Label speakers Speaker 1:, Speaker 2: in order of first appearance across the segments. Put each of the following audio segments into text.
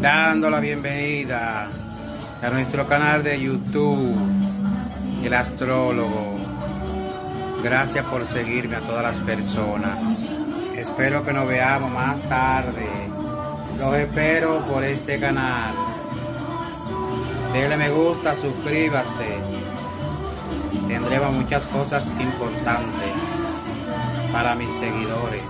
Speaker 1: dando la bienvenida a nuestro canal de YouTube, El Astrólogo. Gracias por seguirme a todas las personas. Espero que nos veamos más tarde. Los espero por este canal. Denle me gusta, suscríbase. Tendremos muchas cosas importantes para mis seguidores.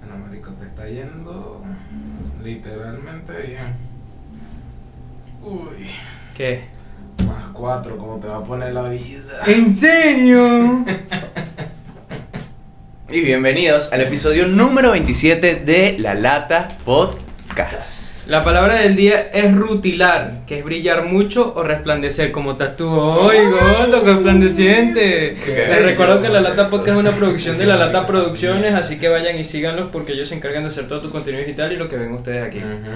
Speaker 2: Bueno, marico, te está yendo literalmente bien. Uy,
Speaker 3: ¿Qué?
Speaker 2: más cuatro, ¿cómo te va a poner la vida?
Speaker 3: ¿En serio? y bienvenidos al episodio número 27 de La Lata Podcast.
Speaker 4: La palabra del día es rutilar, que es brillar mucho o resplandecer, como estás tú hoy, gordo, resplandeciente.
Speaker 2: Qué
Speaker 4: Les
Speaker 2: bello.
Speaker 4: recuerdo que La Lata Podcast es una producción de La Lata
Speaker 2: Sí,
Speaker 4: Producciones,
Speaker 2: sí.
Speaker 4: así que vayan y síganlos porque ellos se encargan de hacer todo tu contenido digital y lo que ven ustedes aquí.
Speaker 2: Ujú.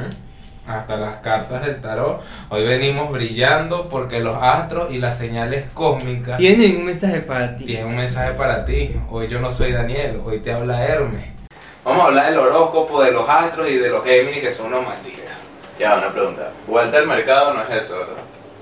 Speaker 2: Hasta las cartas del tarot. Hoy venimos brillando porque los astros y las señales cósmicas
Speaker 4: Tienen un mensaje para ti.
Speaker 2: tienen un mensaje para ti. Hoy yo no soy Daniel, hoy te habla Hermes. Vamos a hablar del horóscopo, de los astros y de los Géminis, que son unos malditos.
Speaker 3: Ya, una pregunta. Walter Mercado no es eso, ¿verdad?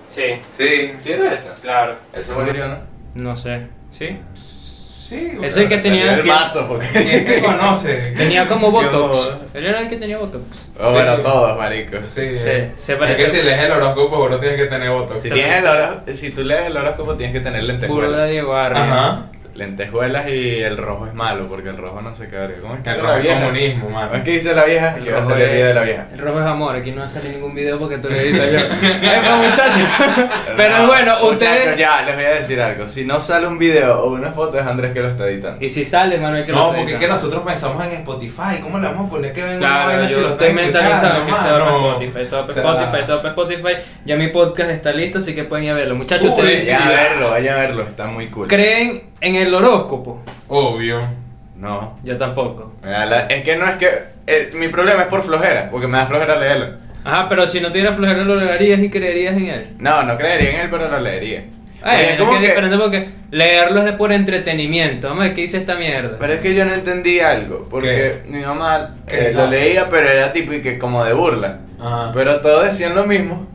Speaker 4: Sí,
Speaker 2: Sí,
Speaker 3: Sí, era eso.
Speaker 4: claro.
Speaker 3: Eso murió, ¿no?
Speaker 4: No sé, ¿sí?
Speaker 2: sí.
Speaker 4: Es el que
Speaker 2: bueno,
Speaker 4: tenía-
Speaker 2: salió
Speaker 3: El
Speaker 2: ¿Quién-
Speaker 3: mazo, porque.
Speaker 2: ¿Quién te conoce?
Speaker 4: Tenía como Botox.
Speaker 3: Yo-
Speaker 4: Él era el que tenía Botox.
Speaker 3: Oh, bueno, todos, marico.
Speaker 2: Sí,
Speaker 4: Sí, se parece.
Speaker 2: Es que si lees el horóscopo, bro, tienes que tener votos.
Speaker 3: Si, tienes el horóscopo- si tú lees el horóscopo, tienes que tener
Speaker 4: Burda
Speaker 3: lentejuelas.
Speaker 4: Diego Arria.
Speaker 2: Ajá.
Speaker 3: Lentejuelas y el rojo es malo, porque el rojo no se cabre. ¿Cómo es que
Speaker 2: El
Speaker 3: dice
Speaker 2: rojo
Speaker 3: la
Speaker 2: es
Speaker 3: vieja?
Speaker 2: comunismo,
Speaker 3: ¿Cómo es
Speaker 2: mano.
Speaker 3: que dice la vieja?
Speaker 4: El
Speaker 3: Que va a
Speaker 4: rojo
Speaker 3: salir el
Speaker 4: es-
Speaker 3: video de la vieja.
Speaker 4: El rojo es amor, aquí no va a salir ningún video porque tú lo editas yo. Epa, muchachos. Pero
Speaker 3: No,
Speaker 4: bueno,
Speaker 3: Ah, muchachos,
Speaker 4: ustedes.
Speaker 3: ya, les voy a decir algo. Si no sale un video o una foto, es Andrés que lo está editando.
Speaker 4: Y si sale, Manuel, que
Speaker 2: No,
Speaker 4: lo
Speaker 2: porque es
Speaker 4: edita.
Speaker 2: que nosotros pensamos en Spotify. ¿Cómo le vamos a poner que venga una
Speaker 4: Claro,
Speaker 2: vaina si
Speaker 4: yo
Speaker 2: lo
Speaker 4: estoy
Speaker 2: están
Speaker 4: mentalizado que
Speaker 2: escuchando,
Speaker 4: está para
Speaker 2: mano?
Speaker 4: Spotify, todo para
Speaker 2: O sea,
Speaker 4: Spotify, todo para Spotify. Ya mi podcast está listo, así que pueden ir a verlo. Muchachos,
Speaker 2: Uy,
Speaker 4: ustedes
Speaker 2: sí.
Speaker 3: Vayan a verlo, vayan a verlo, está muy cool.
Speaker 4: creen en el horóscopo.
Speaker 2: Obvio.
Speaker 3: Ah, No.
Speaker 4: Yo tampoco.
Speaker 3: me da la- Es que no es que. eh, mi problema es por flojera, porque me da flojera leerlo.
Speaker 4: Ajá, pero si no tuvieras flojera, lo leerías y creerías en él.
Speaker 3: No, no creería en él, pero lo leería.
Speaker 4: Ay,
Speaker 3: Porque
Speaker 4: es, que es diferente porque leerlo es de por entretenimiento. Vamos a ver qué dice esta mierda.
Speaker 3: Pero es que yo no entendí algo, porque mi mamá
Speaker 2: ¿Qué?
Speaker 3: eh, lo leía, pero era tipo y que como de burla.
Speaker 2: Ah.
Speaker 3: Pero todos decían lo mismo.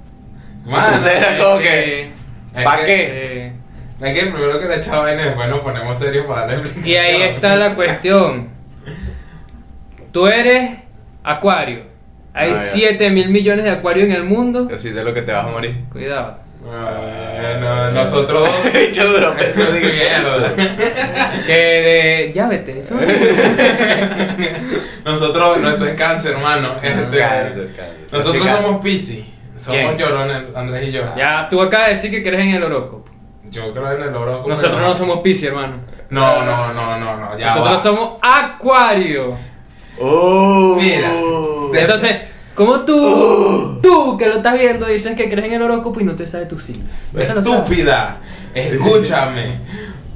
Speaker 2: Mano,
Speaker 3: Entonces era como que.
Speaker 2: es
Speaker 3: ¿Pa'
Speaker 2: que-
Speaker 3: qué?
Speaker 4: eh,
Speaker 2: Es que primero que la echaba vaina y después nos ponemos serios para darle explicación.
Speaker 4: Y ahí está la cuestión. Tú eres acuario. Hay
Speaker 3: Ah, ya.
Speaker 4: 7 mil millones de acuarios en el mundo.
Speaker 3: Yo sí de lo que te vas a morir.
Speaker 4: Cuidado.
Speaker 2: Bueno, nosotros dos.
Speaker 3: Yo duro, pero digo,
Speaker 2: Mierda.
Speaker 4: Que de. Ya vete, eso
Speaker 2: Eh.
Speaker 4: no se puede.
Speaker 2: Nosotros, no, eso es cáncer, hermano. Este,
Speaker 3: Cáncer, cáncer.
Speaker 2: Nosotros
Speaker 3: Cáncer.
Speaker 2: somos Pisces. Somos
Speaker 3: ¿Quién?
Speaker 2: llorones, Andrés y yo.
Speaker 4: Ya, tú acabas de decir que crees en el horóscopo.
Speaker 2: Yo creo en el horóscopo.
Speaker 4: Nosotros
Speaker 2: hermano.
Speaker 4: no somos Pisces, hermano.
Speaker 2: No, no, no, no, no. Ya
Speaker 4: Nosotros
Speaker 2: va.
Speaker 4: somos acuario.
Speaker 3: Oh.
Speaker 2: Mira, te-
Speaker 4: Entonces, como tú,
Speaker 3: Uh.
Speaker 4: tú que lo estás viendo, dices que crees en el horóscopo y no te sabes tu signo. No te lo sabes.
Speaker 2: Estúpida. Escúchame.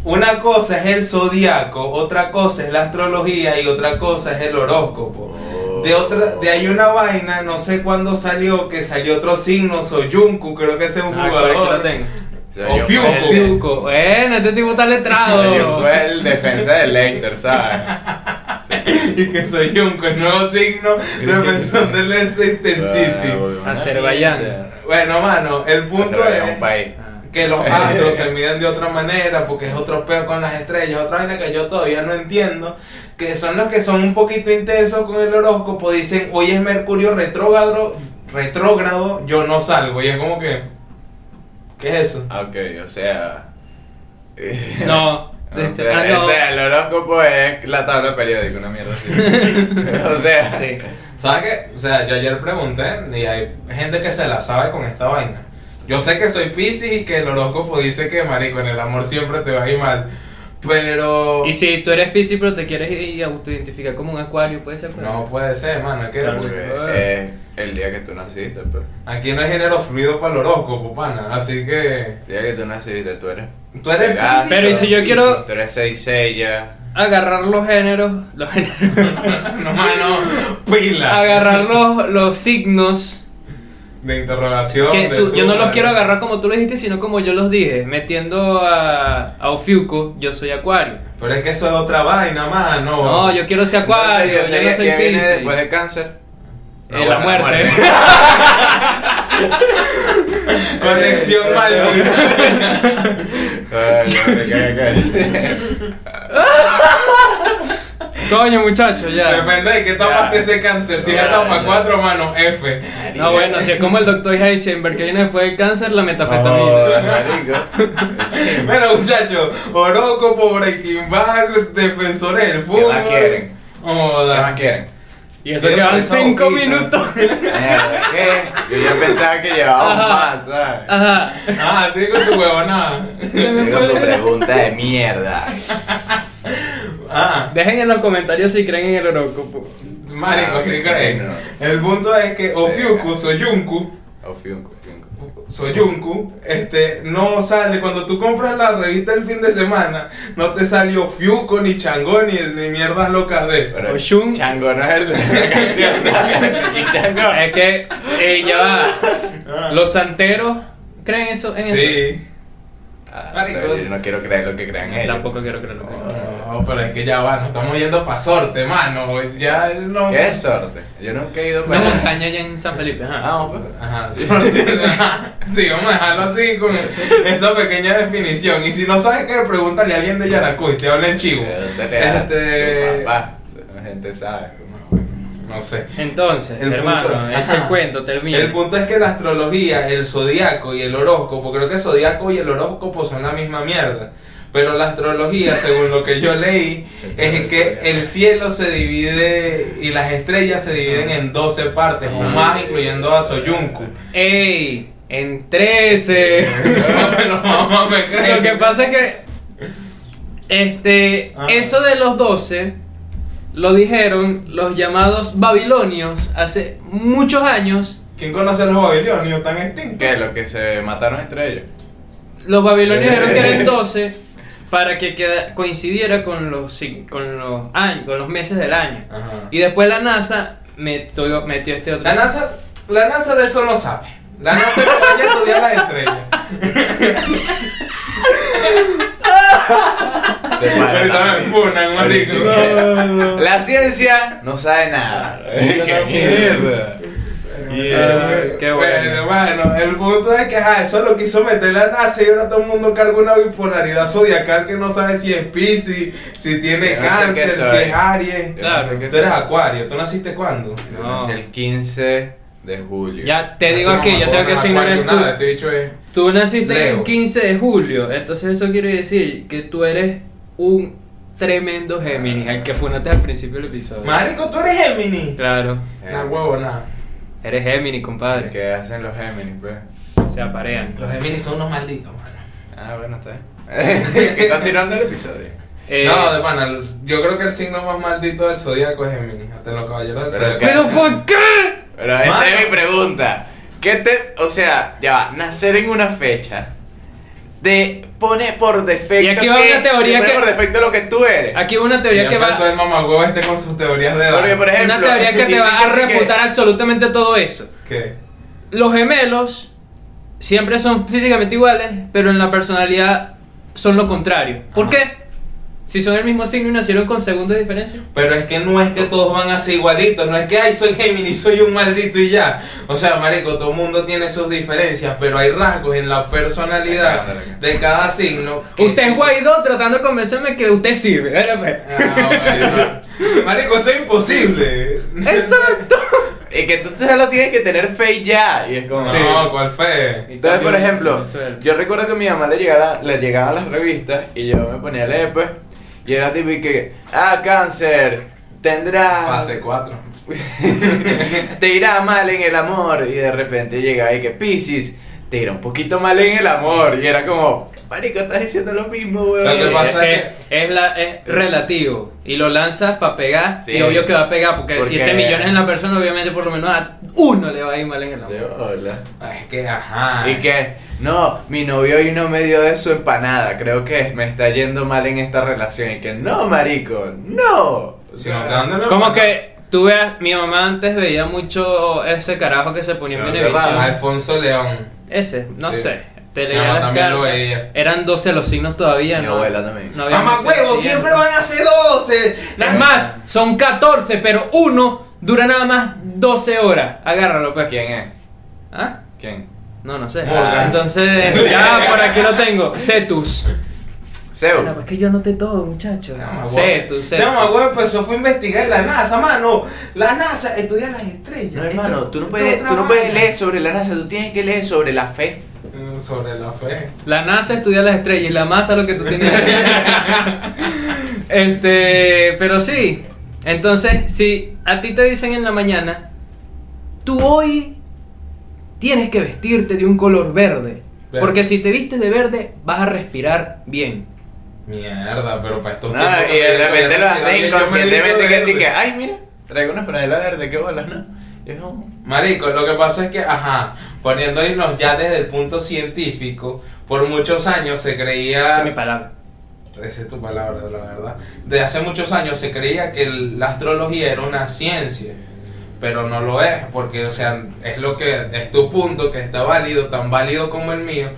Speaker 2: Una cosa es el zodiaco, otra cosa es la astrología y otra cosa es el horóscopo. De otra, de ahí una vaina, no sé cuándo salió, que salió otro signo, Soyuncu, creo que ese es un
Speaker 4: Ah, por aquí lo
Speaker 2: jugador.
Speaker 4: tengo.
Speaker 2: o Fiuco.
Speaker 4: El Fiuco. Bueno, este tipo está
Speaker 3: Yo
Speaker 4: letrado.
Speaker 3: fue el defensa del Leicester, ¿sabes?
Speaker 2: Y que Soyuncu, el nuevo signo de pensión del Leicester
Speaker 3: Ah,
Speaker 2: City.
Speaker 4: Azerbaiyán.
Speaker 2: Bueno, mano, el punto
Speaker 3: Azerbaiyán es un
Speaker 2: es.
Speaker 3: país.
Speaker 4: Ah.
Speaker 2: que los astros se miden de otra manera porque es otro peo con las estrellas, otra vaina que yo todavía no entiendo, que son los que son un poquito intensos con el horóscopo, dicen hoy es Mercurio retrógrado, retrógrado, yo no salgo, y es como que, ¿qué es eso?
Speaker 3: Ah, Ok, o sea.
Speaker 4: No.
Speaker 3: O
Speaker 4: Este,
Speaker 3: sea,
Speaker 4: ah, no.
Speaker 3: o sea, el horóscopo es la tabla periódica, una mierda así. o sea,
Speaker 4: Sí.
Speaker 2: ¿Sabes qué? O sea, yo ayer pregunté y hay gente que se la sabe con esta vaina. Yo sé que soy Piscis y que el horóscopo dice que, marico, en el amor siempre te va a ir mal, pero...
Speaker 4: Y si tú eres Pisces pero te quieres i- autoidentificar como un acuario, puede ser pues. acuario.
Speaker 2: No pues. puede ser, mano, es que...
Speaker 4: Claro.
Speaker 3: porque eh, es el día que tú naciste, pues.
Speaker 2: Aquí no hay género fluido para el horóscopo, pana. Así que.
Speaker 3: El día que tú naciste, tú eres.
Speaker 2: Tú eres
Speaker 3: Pegaso,
Speaker 2: Piscis,
Speaker 4: Pero, ¿y si yo
Speaker 2: Piscis.
Speaker 4: quiero-
Speaker 3: Tú eres 6 ya.
Speaker 4: agarrar los géneros, los géneros
Speaker 2: no, mano, pila.
Speaker 4: agarrar los, los signos.
Speaker 2: De interrogación.
Speaker 4: Que
Speaker 2: de
Speaker 4: tú- yo no
Speaker 2: suma,
Speaker 4: los
Speaker 2: de-
Speaker 4: quiero agarrar como tú lo dijiste, sino como yo los dije. Metiendo a, a Ofiuco, yo soy Acuario.
Speaker 2: Pero es que eso es otra vaina, mano.
Speaker 4: No, yo quiero ser Acuario,
Speaker 3: Entonces, ¿qué
Speaker 4: yo no
Speaker 3: sería-
Speaker 4: soy
Speaker 3: qué viene
Speaker 4: Piscis.
Speaker 3: después de cáncer?
Speaker 4: Eh, la muerte.
Speaker 2: Conexión
Speaker 3: Eh,
Speaker 2: maldita.
Speaker 3: Ay, no, me cae, cae.
Speaker 4: Coño, muchachos, ya.
Speaker 2: Depende de qué
Speaker 3: Ya.
Speaker 2: tapaste ese cáncer. Si es
Speaker 3: Ya,
Speaker 2: etapa
Speaker 3: ya.
Speaker 2: 4, mano, F.
Speaker 4: No, bueno, si es como el doctor Heisenberg que viene después del cáncer, la
Speaker 3: Oh,
Speaker 4: metafetamina.
Speaker 3: marico.
Speaker 2: Bueno, muchachos, Oroco, Breaking Bad, defensores del fútbol.
Speaker 3: más quieren? ¿Qué
Speaker 2: Joda.
Speaker 3: más quieren?
Speaker 4: Y eso que van
Speaker 2: Esa
Speaker 4: cinco
Speaker 2: boquita.
Speaker 4: minutos.
Speaker 3: Mierda, ¿qué? Yo ya pensaba que llevábamos
Speaker 4: Ajá.
Speaker 3: más, ¿sabes?
Speaker 4: Ajá.
Speaker 2: Ah, sigue con tu huevonada.
Speaker 3: Tengo tu pregunta de mierda.
Speaker 2: Ah,
Speaker 4: Dejen en los comentarios si creen en el horóscopo.
Speaker 2: marico,
Speaker 3: Ah,
Speaker 2: sí
Speaker 3: ok,
Speaker 2: crees.
Speaker 3: no.
Speaker 2: El punto es que Ofiuku, Soyunku,
Speaker 3: Ofiunco, ofiunco.
Speaker 2: Soyunku, este, no sale. Cuando tú compras la revista el fin de semana, no te sale Ofiuco, ni Changó, ni, ni mierdas locas de esas.
Speaker 3: Pero
Speaker 4: Oshun.
Speaker 3: Chango no es el de la canción. ¿sabes? Y Chango.
Speaker 4: Es que eh, ya va.
Speaker 2: Ah,
Speaker 4: Los santeros creen eso en eso.
Speaker 2: Sí.
Speaker 3: Ah,
Speaker 2: Marico.
Speaker 3: pero Yo no quiero creer lo que crean ellos.
Speaker 4: Tampoco quiero creerlo.
Speaker 2: No, pero es que ya va, nos estamos yendo pa' sorte, mano. Ya no.
Speaker 3: ¿Qué es sorte? Yo nunca he ido
Speaker 4: Una
Speaker 3: para
Speaker 4: montaña allá en San Felipe. Ajá.
Speaker 3: Ah, pues.
Speaker 2: Ajá, sorte. sí, vamos a dejarlo así con esa pequeña definición. Y si no sabes qué, pregúntale a alguien de Yaracuy, te habla en chivo.
Speaker 3: Este...
Speaker 2: Este.
Speaker 3: Papá, la gente sabe.
Speaker 2: No sé.
Speaker 4: Entonces,
Speaker 2: El
Speaker 4: hermano,
Speaker 2: punto-
Speaker 4: ese
Speaker 2: ajá.
Speaker 4: cuento termina.
Speaker 2: El punto es que la astrología, el zodiaco y el horóscopo, creo que zodiaco y el horóscopo son la misma mierda. Pero la astrología, según lo que yo leí, es que el cielo se divide y las estrellas se dividen en 12 partes, o más, incluyendo a Soyuncu.
Speaker 4: ¡Ey! En 13.
Speaker 2: Pero mamá me crees.
Speaker 4: Lo que pasa es que este
Speaker 2: Ah.
Speaker 4: eso de los 12 lo dijeron los llamados babilonios hace muchos años.
Speaker 2: ¿Quién conoce a los babilonios tan extintos?
Speaker 3: ¿Qué? ¿Los que se mataron entre ellos?
Speaker 4: Los babilonios dijeron que
Speaker 2: Eh.
Speaker 4: eran 12 para que queda- coincidiera con los sig- con los años, con los meses del año.
Speaker 2: Ajá.
Speaker 4: Y después la NASA metió, metió este otro.
Speaker 2: Ah. La NASA, la NASA de eso no sabe. La NASA no vaya a estudiar las estrellas.
Speaker 3: De madre,
Speaker 2: Ahorita me
Speaker 3: también.
Speaker 2: funan, marico.
Speaker 3: La ciencia no sabe nada.
Speaker 4: La ciencia no-
Speaker 3: mierda!
Speaker 4: Eh, qué bueno.
Speaker 2: Pero, bueno, el punto es que ajá, eso lo quiso meter la NASA y ahora todo el mundo carga una bipolaridad zodiacal que no sabe si es Pisces, si tiene
Speaker 3: Yo no sé
Speaker 2: cáncer,
Speaker 3: qué
Speaker 2: si
Speaker 3: soy.
Speaker 2: es Aries.
Speaker 3: Yo
Speaker 4: Claro.
Speaker 3: no sé qué
Speaker 2: Tú eres
Speaker 3: soy.
Speaker 2: Acuario, ¿tú naciste cuándo?
Speaker 3: Yo
Speaker 4: No.
Speaker 3: nací el 15 de julio.
Speaker 4: Ya te digo
Speaker 2: No,
Speaker 4: aquí, ya
Speaker 2: mamá,
Speaker 4: tengo que
Speaker 2: no
Speaker 4: decir no
Speaker 2: Acuario,
Speaker 4: eres tú.
Speaker 2: nada, este bicho es-
Speaker 4: Tú naciste
Speaker 2: Leo.
Speaker 4: el 15 de julio, entonces eso quiere decir que tú eres un tremendo
Speaker 3: Ah.
Speaker 4: Géminis, al que funaste al principio del episodio.
Speaker 2: Marico, tú eres Géminis.
Speaker 4: Claro,
Speaker 3: Eh,
Speaker 2: Nah, huevo, nada.
Speaker 4: eres Géminis, compadre.
Speaker 3: ¿Qué hacen los Géminis, pues?
Speaker 4: Se aparean.
Speaker 2: Los Géminis son unos malditos, mano.
Speaker 3: Ah, bueno, está bien. ¿Qué tirando el episodio?
Speaker 4: Eh,
Speaker 2: No, de pana, yo creo que el signo más maldito del zodíaco es Géminis, hasta los caballeros del
Speaker 3: Pero
Speaker 2: zodíaco.
Speaker 4: ¿Pero por qué?
Speaker 3: Pero esa
Speaker 2: Mano.
Speaker 3: es mi pregunta. ¿Qué te, o sea, ya va, nacer en una fecha te pone por defecto
Speaker 4: Y aquí va
Speaker 3: que-
Speaker 4: una teoría
Speaker 3: te pone
Speaker 4: que-
Speaker 3: por defecto lo que tú eres.
Speaker 4: Aquí una teoría que va.
Speaker 2: Eso el mamagüevo este con sus teorías de edad.
Speaker 3: Porque, por ejemplo,
Speaker 4: Una teoría que te
Speaker 3: dicen
Speaker 4: va a
Speaker 3: sí que-
Speaker 4: refutar absolutamente todo eso.
Speaker 2: ¿Qué?
Speaker 4: Los gemelos siempre son físicamente iguales, pero en la personalidad son lo contrario. ¿Por
Speaker 2: Ajá.
Speaker 4: qué? Si son el mismo signo y nacieron con segundos de diferencia.
Speaker 2: Pero es que no es que todos van a ser igualitos, no es que ay soy Géminis, soy un maldito y ya. O sea, marico, todo el mundo tiene sus diferencias, pero hay rasgos en la personalidad de cada signo. que
Speaker 4: Usted
Speaker 2: sí
Speaker 4: es
Speaker 2: se-
Speaker 4: Guaidó tratando de convencerme que usted sirve. Mira, pues.
Speaker 2: Ah, bueno. Marico, eso es imposible.
Speaker 4: Exacto.
Speaker 3: Y que tú solo tienes que tener fe y ya. Y es como.
Speaker 4: Sí.
Speaker 2: No, ¿cuál fe?
Speaker 3: Entonces, por
Speaker 4: También
Speaker 3: ejemplo,
Speaker 4: Venezuela.
Speaker 3: yo recuerdo que a mi mamá le, llegara, le llegaban las revistas y yo me ponía a leer, pues. Y era típico que, ah, cáncer, tendrá.
Speaker 2: Fase 4.
Speaker 3: te irá mal en el amor y de repente llegaba y que Piscis te irá un poquito mal en el amor y era como Marico, estás diciendo lo mismo, weón.
Speaker 2: sea, ¿qué pasa?
Speaker 4: Es, que es la, es relativo. Y lo lanzas para pegar.
Speaker 3: Sí.
Speaker 4: Y obvio que va a pegar. Porque,
Speaker 3: Porque-
Speaker 4: 7 millones en la persona, obviamente, por lo menos a uno le va a ir mal en el
Speaker 3: De
Speaker 4: amor.
Speaker 3: bola.
Speaker 2: Ay, Ah, es que, ajá.
Speaker 3: Y que, no, mi novio hoy no me dio de su empanada, creo que me está yendo mal en esta relación. Y que, no, marico, no. O
Speaker 2: Si no te dan de la
Speaker 4: Como
Speaker 2: mano,
Speaker 4: que tú veas, mi mamá antes veía mucho ese carajo que se ponía en
Speaker 3: No,
Speaker 4: Venevisión.
Speaker 3: cerrado.
Speaker 2: Alfonso León.
Speaker 4: Ese, no
Speaker 2: Sí.
Speaker 4: sé. Te
Speaker 2: Mi
Speaker 4: leía
Speaker 2: mamá
Speaker 4: las
Speaker 2: también lo
Speaker 4: cartas.
Speaker 2: veía.
Speaker 4: Eran 12 los signos todavía,
Speaker 3: Mi
Speaker 4: ¿no?
Speaker 3: abuela también.
Speaker 4: No había
Speaker 2: Mamá
Speaker 4: mucho
Speaker 2: huevo,
Speaker 4: siguiente.
Speaker 2: siempre van a ser 12.
Speaker 4: Es más, son 14, pero uno dura nada más 12 horas. Agárralo, pues.
Speaker 3: ¿Quién es?
Speaker 4: ¿Ah?
Speaker 3: ¿Quién?
Speaker 4: No, no sé.
Speaker 2: Morgan.
Speaker 4: Entonces, ya por aquí lo tengo. Cetus.
Speaker 3: Zeus.
Speaker 2: pues,
Speaker 4: es pues que yo noté todo, muchacho. Cetus, Cetus.
Speaker 2: No, güey, empezó fue a investigar la NASA, mano. La NASA estudia las estrellas.
Speaker 3: No, hermano,
Speaker 2: Esto-
Speaker 3: tú no,
Speaker 2: esto
Speaker 3: puedes,
Speaker 2: otra
Speaker 3: tú no puedes
Speaker 2: vaina.
Speaker 3: leer sobre la NASA, tú tienes que leer sobre la fe.
Speaker 2: Mm, Sobre la fe.
Speaker 4: La NASA estudia las estrellas y la masa lo que tú tienes. este, pero sí. Entonces, si a ti te dicen en la mañana, tú hoy tienes que vestirte de un color verde.
Speaker 2: Verde.
Speaker 4: Porque si te vistes de verde, vas a respirar bien.
Speaker 2: Mierda, pero para estos
Speaker 3: No,
Speaker 2: tiempos
Speaker 3: y de
Speaker 2: que-
Speaker 3: repente lo hacen
Speaker 2: Yo me
Speaker 3: inconscientemente
Speaker 2: digo
Speaker 3: que así
Speaker 2: verde.
Speaker 3: que, ah. ay, mira, traigo una franela verde, qué bolas, ¿no? Y es como,
Speaker 2: Marico, lo que pasa es que, ajá, poniéndonos ya desde el punto científico, por muchos años se creía.
Speaker 4: Esa es mi palabra.
Speaker 2: Esa es tu palabra, la verdad. Desde hace muchos años se creía que el- la astrología era una ciencia, pero no lo es, porque, o sea, es lo que es tu punto que está válido, tan válido como el mío,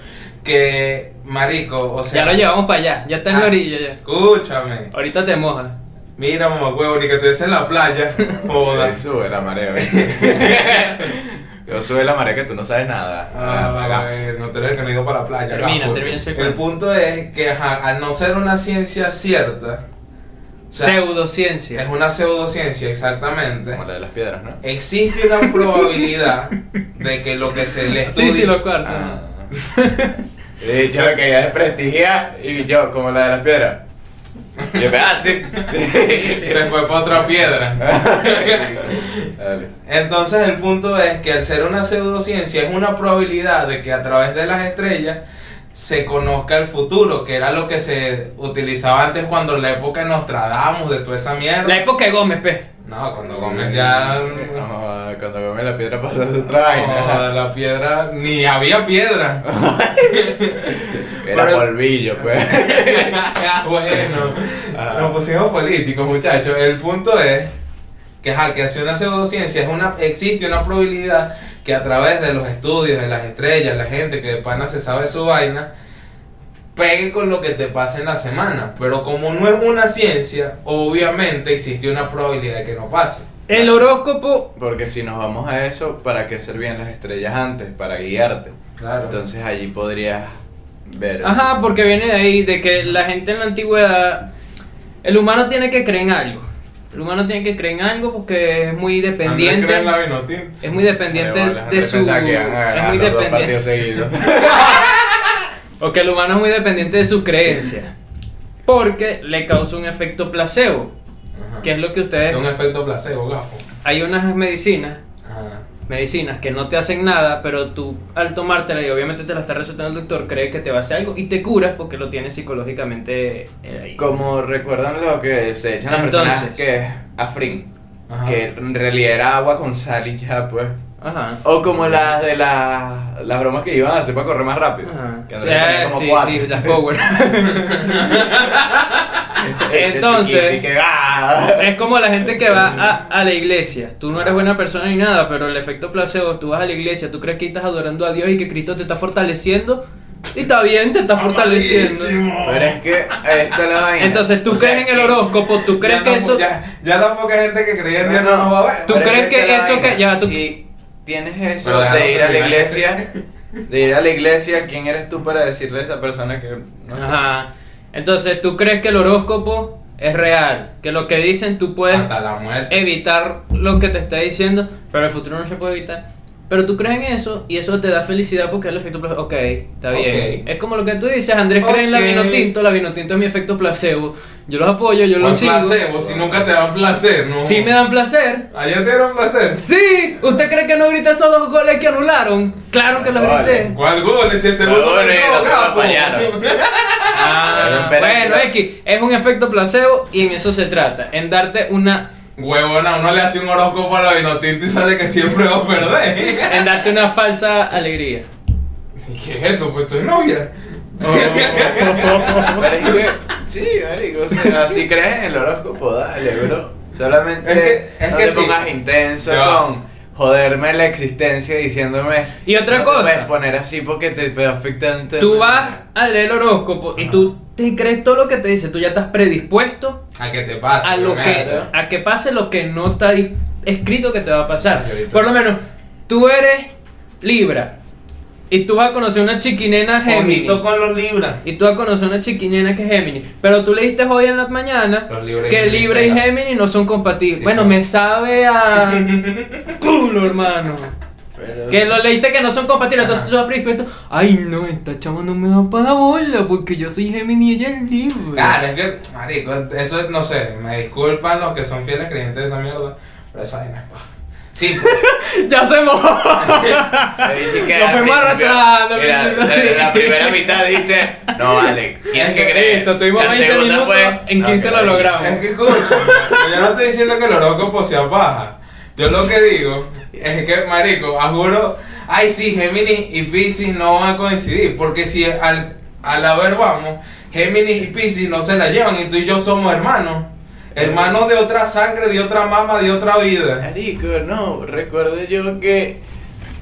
Speaker 2: que, marico, o sea.
Speaker 4: ya lo llevamos para allá, ya está en la
Speaker 2: Ah,
Speaker 4: orilla ya.
Speaker 2: Escúchame.
Speaker 4: Ahorita te mojas.
Speaker 2: Mira, mamá huevo, ni que estuviese en la playa. Joda.
Speaker 3: "Ay, sube la marea, Yo sube la marea que tú no sabes nada. Ah,
Speaker 2: Ah,
Speaker 3: acá.
Speaker 2: no te lo he tenido para la playa.
Speaker 4: Termina,
Speaker 2: gafo.
Speaker 4: termina ese
Speaker 2: El
Speaker 4: cuento.
Speaker 2: punto es que ajá, al no ser una ciencia cierta, o sea,
Speaker 4: Pseudociencia.
Speaker 2: es una pseudociencia exactamente,
Speaker 3: Como la de las piedras, ¿no?
Speaker 2: existe una probabilidad de que lo que se le estudia...
Speaker 4: Sí, sí, lo cuarzo.
Speaker 3: Ah. Y yo me quería desprestigiar y yo, como la de las piedras. Y yo, ah, sí.
Speaker 2: Se fue para otra piedra.
Speaker 3: Dale.
Speaker 2: Entonces el punto es que al ser una pseudociencia es una probabilidad de que a través de las estrellas se conozca el futuro, que era lo que se utilizaba antes cuando en la época de Nostradamus, de toda esa mierda.
Speaker 4: La época de Gómez, pe.
Speaker 2: No, cuando Gómez ya.
Speaker 3: No, cuando come la piedra pasa su
Speaker 2: No,
Speaker 3: vaina.
Speaker 2: la piedra. Ni había piedra.
Speaker 3: Era
Speaker 2: Pero-
Speaker 3: polvillo, pues.
Speaker 2: bueno.
Speaker 3: Ajá.
Speaker 2: Nos pusimos políticos, muchachos. El punto es que, ajá, que hacia una pseudociencia es una, existe una probabilidad que a través de los estudios, de las estrellas, la gente que de pana se sabe su vaina, pegue con lo que te pasa en la semana. Pero como no es una ciencia, obviamente existe una probabilidad de que no pase.
Speaker 4: El horóscopo.
Speaker 3: Porque si nos vamos a eso, ¿para qué servían las estrellas antes? Para guiarte.
Speaker 2: Claro.
Speaker 3: Entonces allí podrías ver.
Speaker 4: Ajá, porque viene de ahí, de que la gente en la antigüedad. El humano tiene que creer en algo. El humano tiene que creer en algo porque es muy dependiente.
Speaker 2: Andrés cree en la Vinotinto.
Speaker 4: Es muy dependiente
Speaker 3: Pero, bueno,
Speaker 4: de su.
Speaker 3: pensaba que iban a
Speaker 4: Es
Speaker 3: ganar
Speaker 4: muy
Speaker 3: los dos
Speaker 4: dependiente.
Speaker 3: partidos seguidos.
Speaker 4: Porque el humano es muy dependiente de su creencia. Porque le causa un efecto placebo.
Speaker 2: Ajá.
Speaker 4: Que es lo que ustedes.
Speaker 2: Es un efecto placebo, gafo.
Speaker 4: Hay unas medicinas
Speaker 2: Ajá.
Speaker 4: medicinas que no te hacen nada, pero tú al tomártela y obviamente te la está recetando el doctor, crees que te va a hacer algo y te curas porque lo tienes psicológicamente eh, ahí.
Speaker 3: Como recuerdan lo que se echan las personas
Speaker 4: Entonces.
Speaker 3: que es afrin,
Speaker 2: Ajá.
Speaker 3: que en realidad era agua con sal y ya, pues.
Speaker 4: Ajá.
Speaker 3: O como las de las, las bromas que iban a hacer para correr más rápido.
Speaker 4: Ajá.
Speaker 3: Que
Speaker 4: O
Speaker 3: Andrés
Speaker 4: sea,
Speaker 3: tenía como
Speaker 4: sí,
Speaker 3: cuatro.
Speaker 4: sí, las power. Entonces-
Speaker 3: Chiquito y que, ¡ah!
Speaker 4: es como la gente que va a, a la iglesia. Tú no eres buena persona ni nada, pero el efecto placebo, tú vas a la iglesia, tú crees que estás adorando a Dios y que Cristo te está fortaleciendo. Y está bien, te está fortaleciendo.
Speaker 3: Pero es que esta es la vaina.
Speaker 4: Entonces tú
Speaker 3: O sea,
Speaker 4: crees en el horóscopo, tú crees
Speaker 2: Ya
Speaker 4: que
Speaker 2: no-
Speaker 4: eso...
Speaker 2: Ya, ya la poca gente que creía en
Speaker 3: No,
Speaker 2: Dios no,
Speaker 3: no.
Speaker 2: nos va a ver.
Speaker 4: ¿Tú
Speaker 3: Pero es
Speaker 4: crees que
Speaker 3: esa es la
Speaker 4: eso que-
Speaker 3: vaina.
Speaker 4: ya, tú-
Speaker 3: Si tienes
Speaker 2: Pero
Speaker 3: eso
Speaker 2: déjalo
Speaker 3: de ir a la
Speaker 2: terminar ese.
Speaker 3: iglesia, de ir a la iglesia, ¿quién eres tú para decirle a esa persona que no?
Speaker 4: Ajá. Entonces, ¿tú crees que el horóscopo es real? Que lo que dicen tú puedes Eh,
Speaker 2: Hasta la muerte.
Speaker 4: evitar lo que te está diciendo, pero el futuro no se puede evitar. Pero tú crees en eso y eso te da felicidad porque es el efecto placebo. Ok, está bien.
Speaker 2: Ok.
Speaker 4: Es como lo que tú dices, Andrés cree en la
Speaker 2: Ok.
Speaker 4: vinotinto, la vinotinto es mi efecto placebo. Yo los apoyo, yo
Speaker 2: ¿Cuál
Speaker 4: los sigo.
Speaker 2: placebo, si nunca te dan placer, ¿no?
Speaker 4: Sí me dan placer.
Speaker 2: Ayer te dieron placer.
Speaker 4: Sí, ¿usted cree que no grité esos dos goles que anularon? Claro que los
Speaker 3: Vale.
Speaker 4: grité.
Speaker 2: ¿Cuál gol? Si el segundo pues.
Speaker 3: Ahora
Speaker 2: entró,
Speaker 3: era,
Speaker 2: capo.
Speaker 3: fallaron. Era
Speaker 4: Ah,
Speaker 3: un penalti,
Speaker 4: bueno,
Speaker 3: ¿no?
Speaker 4: es que es un efecto placebo y en eso se trata, en darte una
Speaker 2: Huevona, uno le hace un horóscopo a la vinotinto y sale que siempre va a perder.
Speaker 4: en darte una falsa alegría.
Speaker 2: ¿Qué es eso? Pues tu novia.
Speaker 4: Oh,
Speaker 3: Pero es que, sí, marico, o sea, si crees en el horóscopo, dale, bro. Solamente
Speaker 2: Es que- es
Speaker 3: no
Speaker 2: que
Speaker 3: te
Speaker 2: sí.
Speaker 3: pongas intenso
Speaker 2: Ya va.
Speaker 3: con joderme la existencia diciéndome...
Speaker 4: Y otra
Speaker 3: "No
Speaker 4: cosa.
Speaker 3: Te puedes poner así porque te afecta...
Speaker 4: Tú vas a leer el horóscopo y tú te crees todo lo que te dice, tú ya estás predispuesto
Speaker 2: ¿A qué te pasa?
Speaker 4: oh. a lo que
Speaker 2: primero?
Speaker 4: a que pase lo que no está ahí escrito que te va a pasar.
Speaker 2: Ay, ahorita.
Speaker 4: Por lo menos tú eres Libra y tú vas a conocer una chiquinena Géminis.
Speaker 2: Ojito con los libras.
Speaker 4: Y tú vas a conocer una chiquinena que es Géminis. Pero tú leíste hoy en la mañana
Speaker 2: Los Libra y
Speaker 4: que
Speaker 2: Géminis
Speaker 4: Libra y
Speaker 2: pegan.
Speaker 4: Géminis no son compatibles.
Speaker 2: Sí,
Speaker 4: bueno,
Speaker 2: son.
Speaker 4: me sabe a culo, hermano.
Speaker 3: Pero-
Speaker 4: Que lo leíste que no son compatibles,
Speaker 2: Ajá.
Speaker 4: entonces tú vas predispuesto. Ay, no, esta chama no me va para bola porque yo soy Géminis y ella es Libra.
Speaker 2: Claro, es que, marico, eso es- no sé, me disculpan los que son fieles creyentes de esa mierda, pero esa vaina es paja. Sí, pues,
Speaker 4: Ya se mojó.
Speaker 3: Ahí sí que
Speaker 4: Nos
Speaker 3: al
Speaker 4: fuimos
Speaker 3: principio-
Speaker 4: arrastrando, al
Speaker 3: mira,
Speaker 4: principio.
Speaker 3: la, la primera mitad dice, no vale, tienes que creer.
Speaker 4: Listo, tuvimos
Speaker 3: La
Speaker 4: 20
Speaker 3: segunda
Speaker 4: minutos,
Speaker 3: fue,
Speaker 4: en
Speaker 3: "No,
Speaker 4: 15
Speaker 3: que
Speaker 4: lo
Speaker 3: vale".
Speaker 4: logramos.
Speaker 2: es que escucha, yo no estoy diciendo que el horóscopo sea paja. Yo lo que digo es que, marico, a juro, ay sí, Géminis y Pisces no van a coincidir, porque si al, al haber vamos, Géminis y Pisces no se la llevan y tú y yo somos hermanos. Hermanos de otra sangre, de otra mama, de otra vida.
Speaker 3: Marico, no, recuerdo yo que,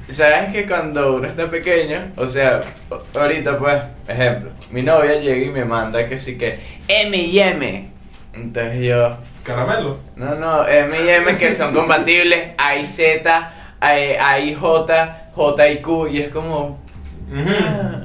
Speaker 3: sabes que cuando uno está pequeño, o sea, o- ahorita pues, ejemplo, mi novia llega y me manda que sí que M y M. Entonces yo,
Speaker 2: Caramelo.
Speaker 3: no, no, M y M que son compatibles, A y Z, A y- A y J, J y Q, y es como,
Speaker 2: Ujú.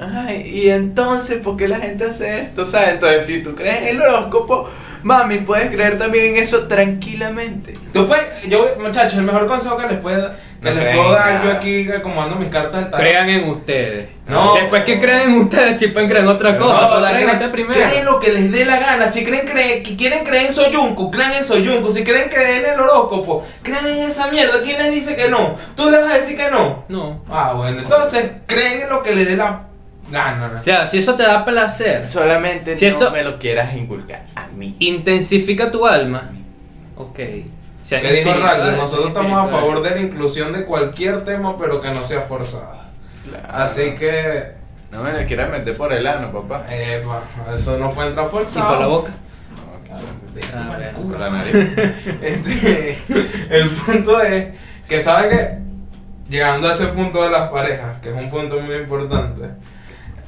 Speaker 3: Ah, ay, y entonces, ¿por qué la gente hace esto? ¿Sabes? Entonces, si tú crees en el horóscopo, mami, puedes creer también en eso tranquilamente.
Speaker 2: Tú puedes, yo, muchachos, el mejor consejo que les, pueda, que
Speaker 3: No
Speaker 2: les
Speaker 3: crean
Speaker 2: puedo
Speaker 3: en
Speaker 2: dar yo
Speaker 3: nada.
Speaker 2: aquí, como ando mis cartas de tarot.
Speaker 4: Crean en ustedes.
Speaker 2: No.
Speaker 4: Después que crean en ustedes, chipen, crean otra
Speaker 2: No,
Speaker 4: cosa. pero
Speaker 2: la
Speaker 4: crean en
Speaker 2: cre-
Speaker 4: ustedes primero.
Speaker 2: creen lo que les dé la gana. Si creen, creen- que quieren creer en Soyuncu, crean en Soyuncu. Si creen creer en el horóscopo, crean en esa mierda. ¿Quién les dice que no? ¿Tú les vas a decir que no?
Speaker 4: No.
Speaker 2: Ah, bueno, entonces creen en lo que les dé la gana.
Speaker 4: O sea, si eso te da placer,
Speaker 3: Solamente
Speaker 4: Si
Speaker 3: no
Speaker 4: eso-
Speaker 3: me lo quieras inculcar a mí.
Speaker 4: intensifica tu alma. Ok. Sean
Speaker 2: Que dijo
Speaker 4: espirituales,
Speaker 2: Raldo,
Speaker 4: sean
Speaker 2: nosotros estamos a
Speaker 4: espirituales.
Speaker 2: favor de la inclusión de cualquier tema, pero que no sea forzada. Así que,
Speaker 3: No me lo quieras meter por el ano, papá.
Speaker 2: eh, bueno, eso no puede entrar
Speaker 4: Y por la
Speaker 2: forzado.
Speaker 4: boca.
Speaker 2: Deja
Speaker 4: Ah,
Speaker 2: tu
Speaker 4: bueno.
Speaker 2: maricuda.
Speaker 3: Por la nariz.
Speaker 2: Este, el punto es que sabe que llegando a ese punto de las parejas, que es un punto muy importante,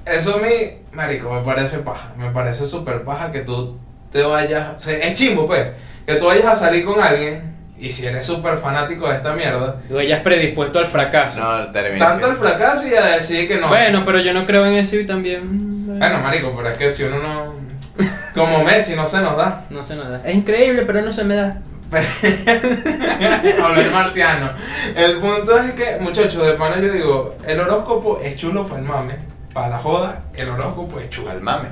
Speaker 2: eso a mí, marico, me parece paja, me parece súper paja que tú te vayas, o sea, es chimbo pues, que tú vayas a salir con alguien y si eres súper fanático de esta mierda,
Speaker 4: Tú ya es predispuesto al fracaso.
Speaker 3: No, termina.
Speaker 2: tanto al fracaso y a decir que no.
Speaker 4: bueno, pero yo no creo en eso y también. mm,
Speaker 2: Bueno, marico, pero es que si uno no, como Messi, no se nos da.
Speaker 4: No sé nada. Es increíble, pero no se me da.
Speaker 2: Hablar marciano. El punto es que, muchachos, de pana yo digo, el horóscopo es chulo para el mame. Para la joda, el horóscopo es chulo.
Speaker 3: Al mame.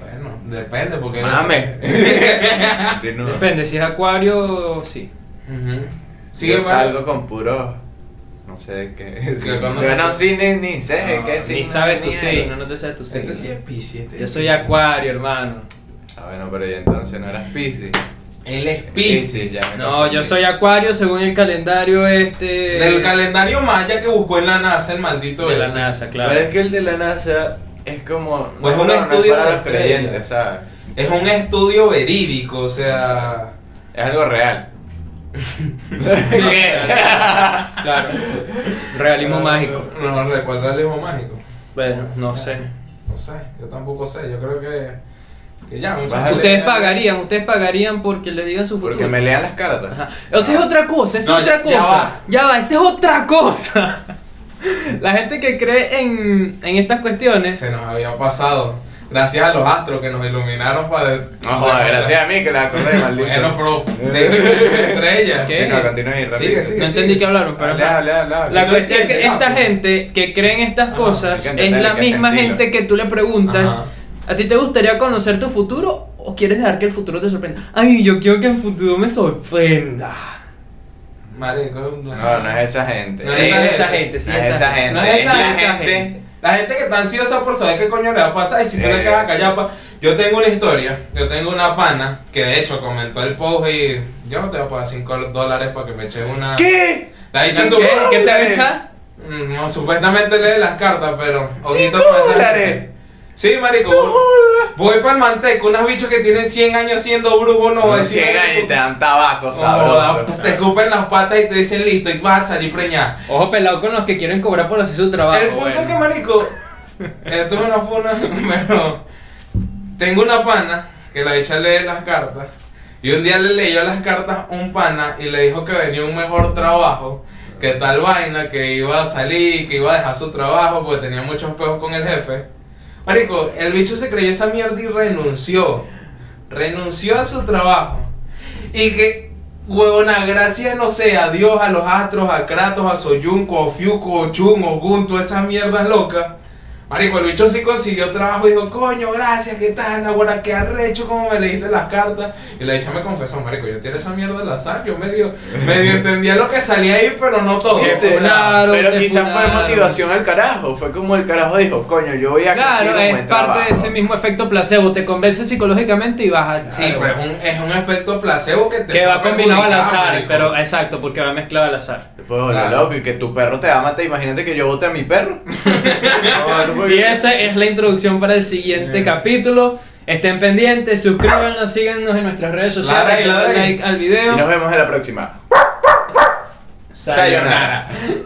Speaker 2: Bueno, depende porque...
Speaker 3: Mame. Continúa.
Speaker 4: Depende, si es acuario, sí.
Speaker 2: Ujú. Sí,
Speaker 3: Yo
Speaker 2: bueno.
Speaker 3: salgo con puro. No sé de qué.
Speaker 2: Que cuando
Speaker 3: Yo
Speaker 2: nací-
Speaker 3: no, sí, ni, ni sé de
Speaker 4: No,
Speaker 3: qué
Speaker 4: ni
Speaker 3: signo
Speaker 4: sabes tu
Speaker 3: ni
Speaker 4: signo,
Speaker 3: algo.
Speaker 4: no te sabes tu signo.
Speaker 2: Este sí es Piscis, este
Speaker 4: Yo
Speaker 2: es
Speaker 4: soy
Speaker 2: Piscis.
Speaker 4: acuario, hermano.
Speaker 3: Ah, bueno, pero ya entonces no eras Pisces.
Speaker 2: Él es
Speaker 4: Este
Speaker 3: Pisces,
Speaker 2: Piscis.
Speaker 3: ya me
Speaker 4: No,
Speaker 3: confundí.
Speaker 4: yo soy acuario según el calendario este.
Speaker 2: pues, Del calendario maya que buscó en la NASA el maldito...
Speaker 4: de la
Speaker 2: este.
Speaker 4: NASA,
Speaker 3: Pero
Speaker 4: claro.
Speaker 3: es que el de la NASA es como.
Speaker 2: Pues
Speaker 3: no,
Speaker 2: un
Speaker 3: no,
Speaker 2: estudio
Speaker 3: no es
Speaker 2: de
Speaker 3: para los
Speaker 2: estrellas.
Speaker 3: creyentes, ¿sabes?
Speaker 2: Es un estudio verídico, o sea...
Speaker 3: Es algo real.
Speaker 4: Sí,
Speaker 3: ¿Qué?
Speaker 4: claro. Claro. Realismo mágico.
Speaker 2: No, recuerda el hijo mágico.
Speaker 4: Bueno, no sé.
Speaker 2: No sé, yo tampoco sé, yo creo que... Que ya,
Speaker 3: Vale.
Speaker 2: muchachos.
Speaker 4: Ustedes pagarían, ustedes pagarían porque le digan su futuro.
Speaker 3: Porque me lean las cartas.
Speaker 4: Ajá. Esa es otra cosa, esa
Speaker 2: No,
Speaker 4: es otra
Speaker 2: ya- ya
Speaker 4: cosa.
Speaker 2: va.
Speaker 4: Ya va, esa es otra cosa. La gente que cree en, en estas cuestiones.
Speaker 2: Se nos había pasado. Gracias a los astros que nos iluminaron para.
Speaker 3: No jodas, gracias a mí que la acordé, maldito.
Speaker 2: Bueno, pero de estrella.
Speaker 4: ¿Qué?
Speaker 3: Continúa, continúa ahí,
Speaker 2: Sigue,
Speaker 3: rapidito.
Speaker 2: sigue.
Speaker 4: No entendí que hablaron, pero.
Speaker 3: Habla,
Speaker 4: ajá.
Speaker 3: habla, habla, habla.
Speaker 4: La
Speaker 2: Tú
Speaker 4: cuestión es que
Speaker 2: entiendes,
Speaker 4: esta
Speaker 2: Rafa.
Speaker 4: gente que cree en estas
Speaker 2: Ajá,
Speaker 4: cosas
Speaker 3: hay que
Speaker 4: es la
Speaker 3: entenderle que
Speaker 4: misma
Speaker 3: sentirlo.
Speaker 4: gente que tú le preguntas,
Speaker 2: Ajá.
Speaker 4: ¿a ti te gustaría conocer tu futuro o quieres dejar que el futuro te sorprenda? Ay, yo quiero que el futuro me sorprenda.
Speaker 2: Marico, la-
Speaker 3: No, no es esa gente.
Speaker 2: No
Speaker 4: Sí,
Speaker 2: esa
Speaker 4: esa
Speaker 2: gente.
Speaker 4: gente, sí,
Speaker 3: No es esa gente.
Speaker 2: No es esa
Speaker 4: la
Speaker 2: gente. La gente que está ansiosa por saber qué coño le va a pasar y si tú
Speaker 3: Sí,
Speaker 2: le quedas callado.
Speaker 3: sí.
Speaker 2: pa- Yo tengo una historia, yo tengo una pana que de hecho comentó el post y yo no te voy a pagar 5 dólares para que me eche una.
Speaker 3: ¿Qué?
Speaker 2: La hizo
Speaker 4: ¿Qué,
Speaker 2: su.
Speaker 4: ¿Qué te va a echar?
Speaker 2: Mm, No, supuestamente lee las cartas, pero.
Speaker 3: ¡Cinco
Speaker 2: con esa gente.
Speaker 3: dólares!
Speaker 2: Sí, marico. voy para el manteco, unos bichos que tienen 100 años siendo brujos, no
Speaker 3: Como
Speaker 2: decir,
Speaker 3: 100 años y te dan tabaco
Speaker 2: no,
Speaker 3: sabroso.
Speaker 2: Te escupen las patas y te dicen listo y vas a salir preñada.
Speaker 4: Ojo pelado con los que quieren cobrar por hacer su trabajo.
Speaker 2: El punto
Speaker 4: bueno.
Speaker 2: es que, marico, esto es una funa, pero tengo una pana que la echa a leer las cartas. Y un día le leyó las cartas un pana y le dijo que venía un mejor trabajo, que tal vaina, que iba a salir, que iba a dejar su trabajo porque tenía muchos peos con el jefe. Marico, el bicho se creyó esa mierda y renunció. Renunció a su trabajo. Y que, huevona, gracias, no sé, a Dios, a los astros, a Kratos, a Soyunco, a Fiuco, a Chun, a Gunto, esas mierdas locas. Marico, el bicho sí consiguió trabajo y dijo, coño, gracias, ¿qué tal, Nahuara? ¿Qué arrecho? ¿Cómo me leíste las cartas? Y la dicha me confesó, marico, yo tiré esa mierda al azar, yo medio, medio entendía lo que salía ahí, pero no todo.
Speaker 4: Qué
Speaker 2: O sea,
Speaker 4: fulado. Claro,
Speaker 3: Pero
Speaker 4: te
Speaker 3: quizás fue
Speaker 4: funaron.
Speaker 3: motivación al carajo. Fue como el carajo dijo, coño, yo voy a conseguir
Speaker 4: Claro,
Speaker 3: un
Speaker 4: es
Speaker 3: buen
Speaker 4: parte de
Speaker 3: trabajo.
Speaker 4: ese mismo efecto placebo. Te convence psicológicamente y vas a.
Speaker 2: Sí, pero es un, es un efecto placebo que te
Speaker 4: Que va combinado al
Speaker 2: perjudicar,
Speaker 4: azar,
Speaker 2: marico.
Speaker 4: pero exacto, porque va mezclado al azar.
Speaker 3: Te puedes volver
Speaker 2: Claro.
Speaker 3: loco y que tu perro te ama, te imagínate que yo vote a mi perro.
Speaker 4: Y esa es la introducción para el siguiente
Speaker 2: Bien.
Speaker 4: capítulo. Estén pendientes, suscríbanos, síganos en nuestras redes sociales,
Speaker 2: Ladra y ladra
Speaker 4: denle
Speaker 2: y-
Speaker 4: like al
Speaker 3: Y nos
Speaker 4: video.
Speaker 3: vemos en la próxima.
Speaker 4: Sayonara.
Speaker 2: Sayonara.